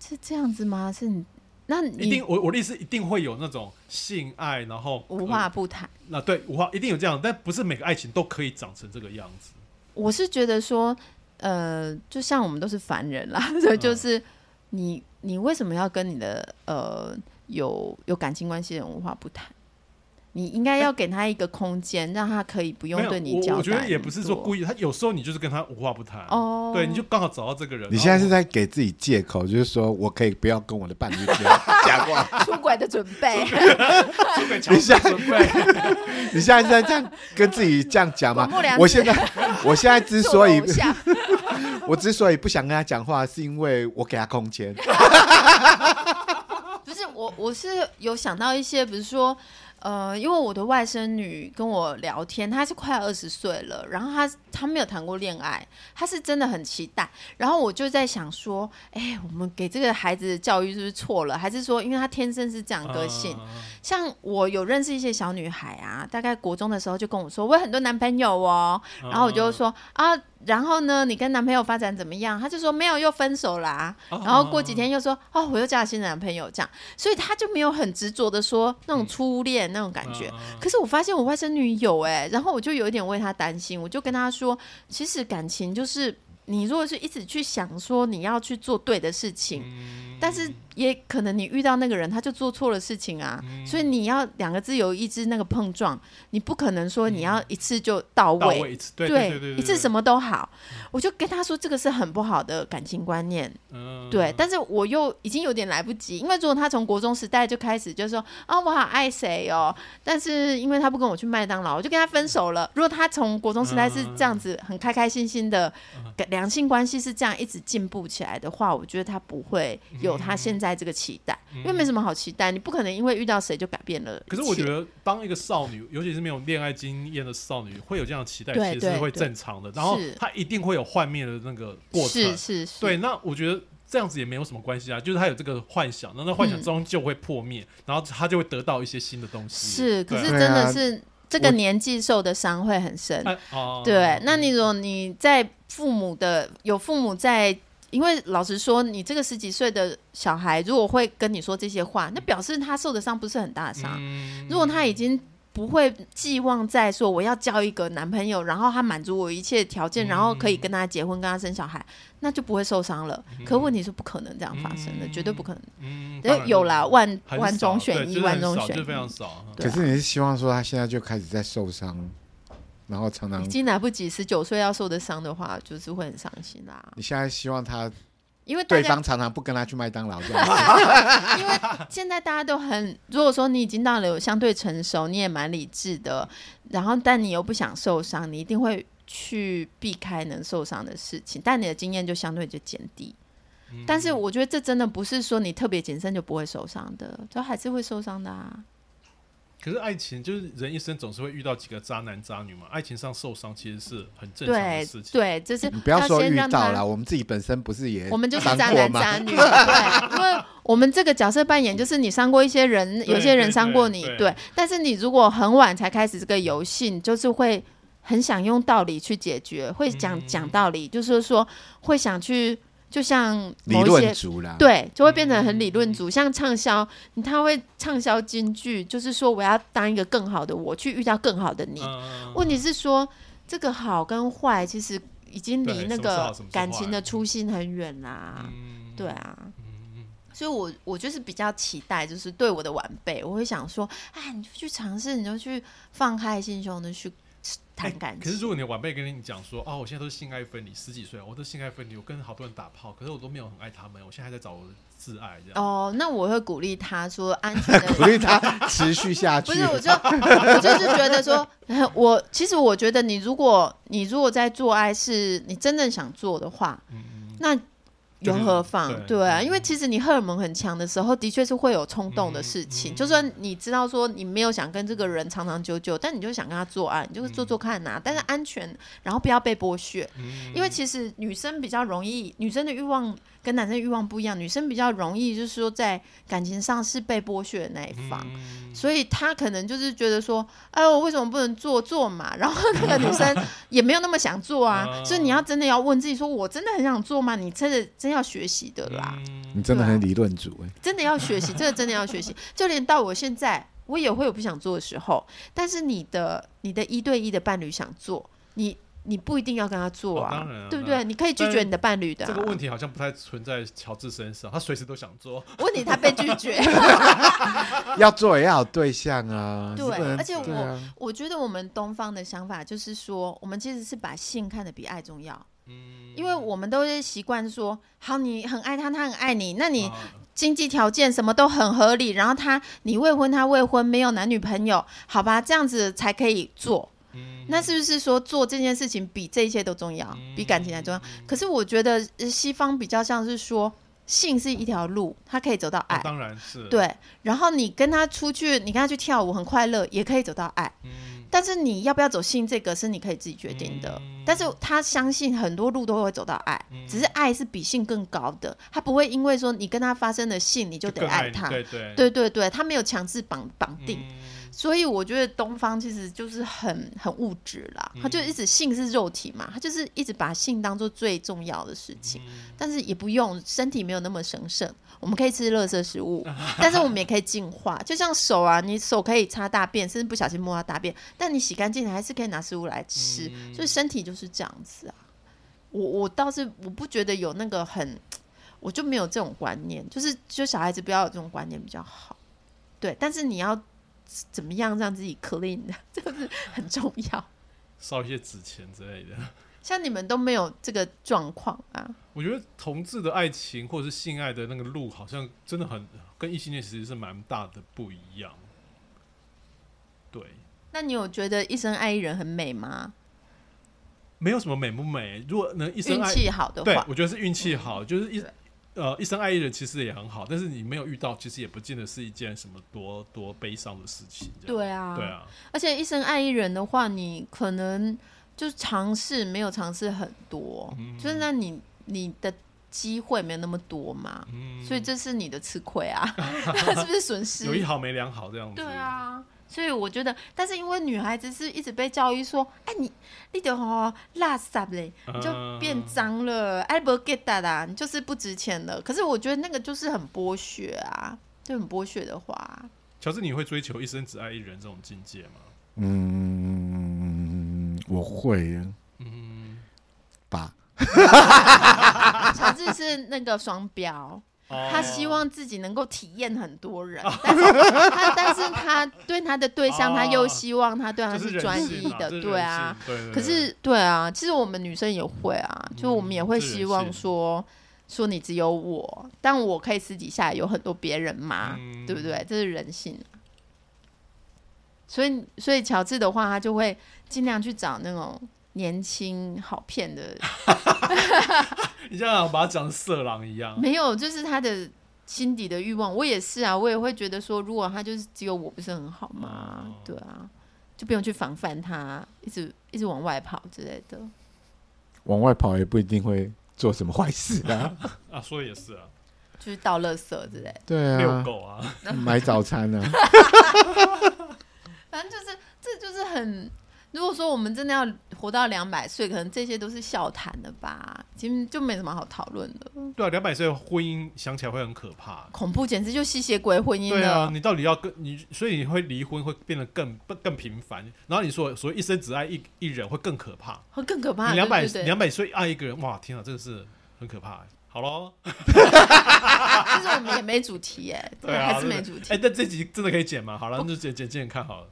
[SPEAKER 2] 是这样子吗？是你，那
[SPEAKER 3] 一
[SPEAKER 2] 你
[SPEAKER 3] 定我我的意思一定会有那种性爱，然后呃
[SPEAKER 2] 无话不谈。
[SPEAKER 3] 那、对无话一定有这样，但不是每个爱情都可以长成这个样子。
[SPEAKER 2] 我是觉得说，呃，就像我们都是凡人啦， 所以就
[SPEAKER 3] 嗯
[SPEAKER 2] 是你你为什么要跟你的呃有有感情关系的人无话不谈？你应该要给他一个空间，让他可以不用
[SPEAKER 3] 没有
[SPEAKER 2] 对你
[SPEAKER 3] 我
[SPEAKER 2] 交代。
[SPEAKER 3] 我觉得也不是说故
[SPEAKER 2] 意
[SPEAKER 3] 意，他有时候你就是跟他无话不谈，
[SPEAKER 2] 哦
[SPEAKER 3] 对，你就刚好找到这个人。
[SPEAKER 1] 你现在是在给自己借口，就是说我可以不要跟我的伴 侣讲讲话。
[SPEAKER 2] 出轨啊的准备，
[SPEAKER 3] 在强制准备，
[SPEAKER 1] 你现在是在这样跟自己这样讲 吗
[SPEAKER 2] 广末凉？子
[SPEAKER 1] 我现在，我现在之所以
[SPEAKER 2] 做偶像
[SPEAKER 1] 我之所以不想跟他讲话，是因为我给他空间。
[SPEAKER 2] 不是我，我是有想到一些，比如说，呃，因为我的外甥女跟我聊天，她是快二十岁了，然后她她没有谈过恋爱，她是真的很期待。然后我就在想说，哎、我们给这个孩子的教育是不是错了？还是说，因为她天生是这样
[SPEAKER 3] 嗯
[SPEAKER 2] 个
[SPEAKER 3] 啊
[SPEAKER 2] 性？像我有认识一些小女孩啊，大概国中的时候就跟我说，我有很多男朋友哦，
[SPEAKER 3] 嗯
[SPEAKER 2] 然后我就说啊，然后呢，你跟男朋友发展怎么样？她就说没有，又分手啦、
[SPEAKER 3] 嗯
[SPEAKER 2] 然后过几天又说哦，我又交了新的男朋友这样，所以她就没有很执着的说那
[SPEAKER 3] 嗯
[SPEAKER 2] 种初恋那种感觉。可是我发现我外甥女有哎、然后我就有一点为她担心，我就跟她说，其实感情就是你如果是一直去想说你要去做对的事情，
[SPEAKER 3] 嗯
[SPEAKER 2] 但是也可能你遇到那个人，他就做错了事情啊，
[SPEAKER 3] 嗯
[SPEAKER 2] 所以你要两个自由意志那个碰撞，你不可能说你要一次就到
[SPEAKER 3] 嗯到
[SPEAKER 2] 位，
[SPEAKER 3] 位一次，对对对对，
[SPEAKER 2] 一次什
[SPEAKER 3] 么？
[SPEAKER 2] 么都好。我就跟他说这个是很不好的感情观念，
[SPEAKER 3] 嗯
[SPEAKER 2] 对，但是我又已经有点来不及，因为如果他从国中时代就开始就说啊我好爱谁哦，但是因为他不跟我去麦当劳，我就跟他分手
[SPEAKER 3] 嗯
[SPEAKER 2] 了。如果他从国中时代是这样子很开开心心的，良性关系是这样一直进步起来的话，我觉得他不会有他现在这个期待，因为没什么好期待，你不可能因为遇到谁就改变了一切。
[SPEAKER 3] 嗯可是我觉得，当一个少女，尤其是没有恋爱经验的少女，会有这样的期待，
[SPEAKER 2] 对
[SPEAKER 3] 其实是
[SPEAKER 2] 对
[SPEAKER 3] 会
[SPEAKER 2] 对
[SPEAKER 3] 正常的。然后
[SPEAKER 2] 是
[SPEAKER 3] 她一定会有幻灭的那个过程。
[SPEAKER 2] 是是是，
[SPEAKER 3] 对，那我觉得这样子也没有什么关系啊，就是她有这个幻想，那那幻
[SPEAKER 2] 嗯
[SPEAKER 3] 想终究会破灭，然后她就会得到一些新的东西。
[SPEAKER 2] 是，可是
[SPEAKER 1] 对
[SPEAKER 2] 真的
[SPEAKER 1] 啊
[SPEAKER 2] 是这个
[SPEAKER 1] 我
[SPEAKER 2] 年纪受的伤会很深。
[SPEAKER 3] 哎哦
[SPEAKER 2] 对，那你如果你在父母的有父母在，因为老实说，你这个十几岁的小孩如果会跟你说这些话，那表示他受的伤不是很大的伤。
[SPEAKER 3] 嗯
[SPEAKER 2] 如果他已经不会寄望在说我要交一个男朋友，然后他满足我一切条
[SPEAKER 3] 嗯
[SPEAKER 2] 件，然后可以跟他结婚、跟他生小孩，那就不会受伤了。可问题是不可能这样发生的，绝对不可能。
[SPEAKER 3] 嗯，当
[SPEAKER 2] 呃
[SPEAKER 3] 然
[SPEAKER 2] 有
[SPEAKER 3] 就
[SPEAKER 2] 啦，万
[SPEAKER 3] 很
[SPEAKER 2] 万
[SPEAKER 3] 少
[SPEAKER 2] 中
[SPEAKER 3] 对
[SPEAKER 2] 选一，
[SPEAKER 3] 就是
[SPEAKER 2] 万
[SPEAKER 3] 很
[SPEAKER 2] 中
[SPEAKER 3] 少
[SPEAKER 2] 选
[SPEAKER 3] 就是非
[SPEAKER 2] 一
[SPEAKER 3] 常，少。嗯
[SPEAKER 2] 对
[SPEAKER 1] 可
[SPEAKER 2] 啊
[SPEAKER 1] 是你是希望说他现在就开始在受伤，然后常常
[SPEAKER 2] 已经来不及。十九岁要受的伤的话，就是会很伤心啦。
[SPEAKER 1] 你现在希望他
[SPEAKER 2] 因为大
[SPEAKER 1] 对
[SPEAKER 2] 家
[SPEAKER 1] 方常常不跟他去麦当劳这 样。
[SPEAKER 2] 因为现在大家都很，如果说你已经到了有相对成熟，你也蛮理智的，然后但你又不想受伤，你一定会去避开能受伤的事情，但你的经验就相对就减低。
[SPEAKER 1] 嗯
[SPEAKER 2] 但是我觉得这真的不是说你特别谨慎就不会受伤的，就还是会受伤的啊。
[SPEAKER 3] 可是爱情就是人一生总是会遇到几个渣男渣女嘛，爱情上受伤其实是很正常的
[SPEAKER 2] 对
[SPEAKER 3] 事情。
[SPEAKER 2] 对，就是
[SPEAKER 1] 你不要说
[SPEAKER 2] 先
[SPEAKER 1] 遇
[SPEAKER 2] 让
[SPEAKER 1] 到
[SPEAKER 2] 他
[SPEAKER 1] 啦，我们自己本身不是也
[SPEAKER 2] 我们就是
[SPEAKER 1] 伤
[SPEAKER 2] 渣
[SPEAKER 1] 过
[SPEAKER 2] 男
[SPEAKER 1] 吗？
[SPEAKER 2] 渣女，对，因为我们这个角色扮演就是你伤过一些人，有些人伤过你，
[SPEAKER 3] 对对
[SPEAKER 2] 对。但是你如果很晚才开始这个游戏，你就是会很想用道理去解决，会讲
[SPEAKER 3] 嗯
[SPEAKER 2] 讲道理，就是说会想去，就像
[SPEAKER 1] 理
[SPEAKER 2] 某一些
[SPEAKER 1] 论族啦，，
[SPEAKER 2] 对，就会变得
[SPEAKER 3] 嗯
[SPEAKER 2] 很理论组，像畅销，他会畅销金句，就是说我要当一个更好的我，去遇到更好的你。
[SPEAKER 3] 嗯，
[SPEAKER 2] 问题是说，这个好跟坏其实已经
[SPEAKER 3] 对
[SPEAKER 2] 离那
[SPEAKER 3] 什么是好
[SPEAKER 2] 个
[SPEAKER 3] 什么是
[SPEAKER 2] 感情
[SPEAKER 3] 坏
[SPEAKER 2] 的初心很远啦。
[SPEAKER 3] 嗯
[SPEAKER 2] 对，啊，
[SPEAKER 3] 嗯
[SPEAKER 2] 所以我我就是比较期待，就是对我的晚辈，我会想说，哎，你就去尝试，你就去放开心胸的去
[SPEAKER 3] 哎
[SPEAKER 2] 谈感情。
[SPEAKER 3] 可是如果你的晚辈跟你讲说，哦，我现在都是性爱分离，十几岁，我都性爱分离，我跟好多人打炮，可是我都没有很爱他们，我现在还在找我的挚爱这样。
[SPEAKER 2] 哦，那我会鼓励他说安 全
[SPEAKER 1] 鼓
[SPEAKER 2] 的。
[SPEAKER 1] 励他持续下去。
[SPEAKER 2] 不是，我就我就是觉得说， 呃我其实我觉得你如果你如果在做爱是你真正想做的话，
[SPEAKER 3] 嗯，
[SPEAKER 2] 那
[SPEAKER 3] 就
[SPEAKER 2] 有
[SPEAKER 3] 是
[SPEAKER 2] 何妨？
[SPEAKER 3] 对
[SPEAKER 2] 对啊，
[SPEAKER 3] 嗯
[SPEAKER 2] 因为其实你荷尔蒙很强的时候，的确是会有冲动的事情。
[SPEAKER 3] 嗯嗯
[SPEAKER 2] 就算你知道说你没有想跟这个人长长久久，但你就想跟他做爱，你就是做做看呐、但是安全，然后不要被剥削。
[SPEAKER 3] 嗯
[SPEAKER 2] 因为其实女生比较容易，女生的欲望跟男生的欲望不一样，女生比较容易就是说在感情上是被剥削的那一方。
[SPEAKER 3] 嗯
[SPEAKER 2] 所以他可能就是觉得说，哎呦，为什么不能做做嘛？ 然后那 个女生也没有那么想做啊，
[SPEAKER 3] 啊
[SPEAKER 2] 所以你要真的要问自己说，我真的很想做吗？你真的真要学习的啦，
[SPEAKER 1] 你
[SPEAKER 3] 嗯，
[SPEAKER 1] 真的很
[SPEAKER 2] 啊
[SPEAKER 1] 理论主哎、
[SPEAKER 2] 真的要学习，这个真的要学习。 就连到我现在，我也会有不想做的时候，但是你的你的一对一的伴侣想做，你你不一定要跟他做
[SPEAKER 3] 哦
[SPEAKER 2] 啊
[SPEAKER 3] 当然啊，
[SPEAKER 2] 对不
[SPEAKER 3] 当
[SPEAKER 2] 对？你可以拒
[SPEAKER 3] 但
[SPEAKER 2] 绝你的伴侣的啊。
[SPEAKER 3] 这个问题好像不太存在乔治身上，他随时都想做。
[SPEAKER 2] 问题他被拒绝。
[SPEAKER 1] 要做也要有对象啊，
[SPEAKER 2] 对
[SPEAKER 1] 你不能
[SPEAKER 2] 而且我
[SPEAKER 1] 对啊，
[SPEAKER 2] 我觉得我们东方的想法就是说，我们其实是把性看得比爱重要，
[SPEAKER 3] 嗯，
[SPEAKER 2] 因为我们都是习惯说，好，你很爱他，他很爱你，那 你
[SPEAKER 3] 啊
[SPEAKER 2] 经济条件什么都很合理，然后他你未婚，他未婚，没有男女朋友，好吧，这样子才可以做。
[SPEAKER 3] 嗯
[SPEAKER 2] 那是不是说做这件事情比这一切都重要，比感情还重要？
[SPEAKER 3] 嗯
[SPEAKER 2] 可是我觉得呃西方比较像是说，性是一条路，它可以走到
[SPEAKER 3] 那
[SPEAKER 2] 爱。
[SPEAKER 3] 当然是，
[SPEAKER 2] 对，然后你跟他出去，你跟他去跳舞很快乐，也可以走到爱。
[SPEAKER 3] 嗯
[SPEAKER 2] 但是你要不要走性，这个是你可以自己决定的。
[SPEAKER 3] 嗯
[SPEAKER 2] 但是他相信很多路都会走到爱，只是爱是比性更高的，他不会因为说你跟他发生了性，你就得
[SPEAKER 3] 更爱你
[SPEAKER 2] 他。
[SPEAKER 3] 对对，
[SPEAKER 2] 对对对，他没有强制绑绑定。
[SPEAKER 3] 嗯
[SPEAKER 2] 所以我觉得东方其实就是很很物质啦，
[SPEAKER 3] 嗯
[SPEAKER 2] 他就一直性是肉体嘛，他就是一直把性当做最重要的事
[SPEAKER 3] 嗯
[SPEAKER 2] 情，但是也不用身体没有那么神圣，我们可以吃垃圾食物，但是我们也可以净化，就像手啊，你手可以擦大便，甚至不小心摸到大便，但你洗干净，你还是可以拿食物来吃，所以身体就是这样子啊。我我倒是我不觉得有那个很，我就没有这种观念，就是就小孩子不要有这种观念比较好。对，但是你要怎么样让自己 clean 的，这个是很重要。
[SPEAKER 3] 烧一些纸钱之类的。
[SPEAKER 2] 像你们都没有这个状况啊，
[SPEAKER 3] 我觉得同志的爱情或者是性爱的那个路，好像真的很跟异性恋其实是蛮大的不一样。对，
[SPEAKER 2] 那你有觉得一生爱一人很美吗？
[SPEAKER 3] 没有什么美不美，如果能一生
[SPEAKER 2] 运
[SPEAKER 3] 爱，
[SPEAKER 2] 气好的
[SPEAKER 3] 对
[SPEAKER 2] 话，
[SPEAKER 3] 我觉得是运气好，就是一
[SPEAKER 2] 对
[SPEAKER 3] 呃一生爱一人其实也很好，但是你没有遇到，其实也不见得是一件什么多多悲伤的事情。这样
[SPEAKER 2] 对啊，
[SPEAKER 3] 对啊，
[SPEAKER 2] 而且一生爱一人的话，你可能就尝试没有尝试很多，
[SPEAKER 3] 嗯
[SPEAKER 2] 就是那你你的机会没有那么多嘛，所以这是你的吃亏 啊，是不是损失？
[SPEAKER 3] 嗯有一好没两好这样子。
[SPEAKER 2] 对，啊，所以我觉得，但是因为女孩子是一直被教育说，哎、你你得好垃圾嘞，
[SPEAKER 3] 嗯
[SPEAKER 2] 你就变脏了，哎、不 get 啦、啊，你就是不值钱了。可是我觉得那个就是很剥削啊，就很剥削的话 啊，
[SPEAKER 3] 乔治，你会追求一生只爱一人这种境界吗？
[SPEAKER 1] 嗯，我会啊
[SPEAKER 3] 嗯，
[SPEAKER 1] 吧，
[SPEAKER 2] 乔治是那个双标。
[SPEAKER 3] 哦
[SPEAKER 2] 他希望自己能够体验很多 人，但是他但是他对他的对象，
[SPEAKER 3] 哦
[SPEAKER 2] 他又希望他对他
[SPEAKER 3] 这
[SPEAKER 2] 是
[SPEAKER 3] 人
[SPEAKER 2] 专
[SPEAKER 3] 性
[SPEAKER 2] 一
[SPEAKER 3] 嘛
[SPEAKER 2] 的，
[SPEAKER 3] 这是
[SPEAKER 2] 对
[SPEAKER 3] 人
[SPEAKER 2] 啊，
[SPEAKER 3] 性，对对对嗯
[SPEAKER 2] 可是对啊，其实我们女生也会啊，就我们也会
[SPEAKER 3] 这也
[SPEAKER 2] 希望
[SPEAKER 3] 是
[SPEAKER 2] 说说你只有我，但我可以私底下有很多别人嘛，
[SPEAKER 3] 嗯
[SPEAKER 2] 对不对？这是人性啊、所以，所以乔治的话，他就会尽量去找那种年轻好骗的，
[SPEAKER 3] 你这样把他讲得色狼一样，
[SPEAKER 2] 没有，就是他的心底的欲望。我也是啊，我也会觉得说，如果他就是只有我，不是很好吗？
[SPEAKER 3] 哦
[SPEAKER 2] 对啊，就不用去防范他，一直一直往外跑之类的。
[SPEAKER 1] 往外跑也不一定会做什么坏事啊，
[SPEAKER 3] 啊，说的也是啊，
[SPEAKER 2] 就是倒垃圾之类的
[SPEAKER 1] 对
[SPEAKER 3] 遛
[SPEAKER 1] 啊，
[SPEAKER 3] 狗啊，
[SPEAKER 1] 买早餐啊，
[SPEAKER 2] 反正就是，这就是很。如果说我们真的要活到两百岁，可能这些都是笑谈的吧，其实就没什么好讨论的。
[SPEAKER 3] 对啊，两百岁的婚姻想起来会很可怕。
[SPEAKER 2] 恐怖简直就吸血鬼婚姻
[SPEAKER 3] 对
[SPEAKER 2] 了。
[SPEAKER 3] 啊，你到底要跟你，所以你会离婚会变得更更频繁，然后你说所谓一生只爱一一人会更可怕。
[SPEAKER 2] 会更可怕。
[SPEAKER 3] 你两百
[SPEAKER 2] 啊对对对
[SPEAKER 3] 两百岁爱一个人，哇，天啊，这个是很可怕欸。好咯，
[SPEAKER 2] 其实我们也没主题耶，
[SPEAKER 3] 对啊，
[SPEAKER 2] 还是没主
[SPEAKER 3] 对
[SPEAKER 2] 题。
[SPEAKER 3] 哎，但这集真的可以剪吗？好了，那就剪剪剪看好了。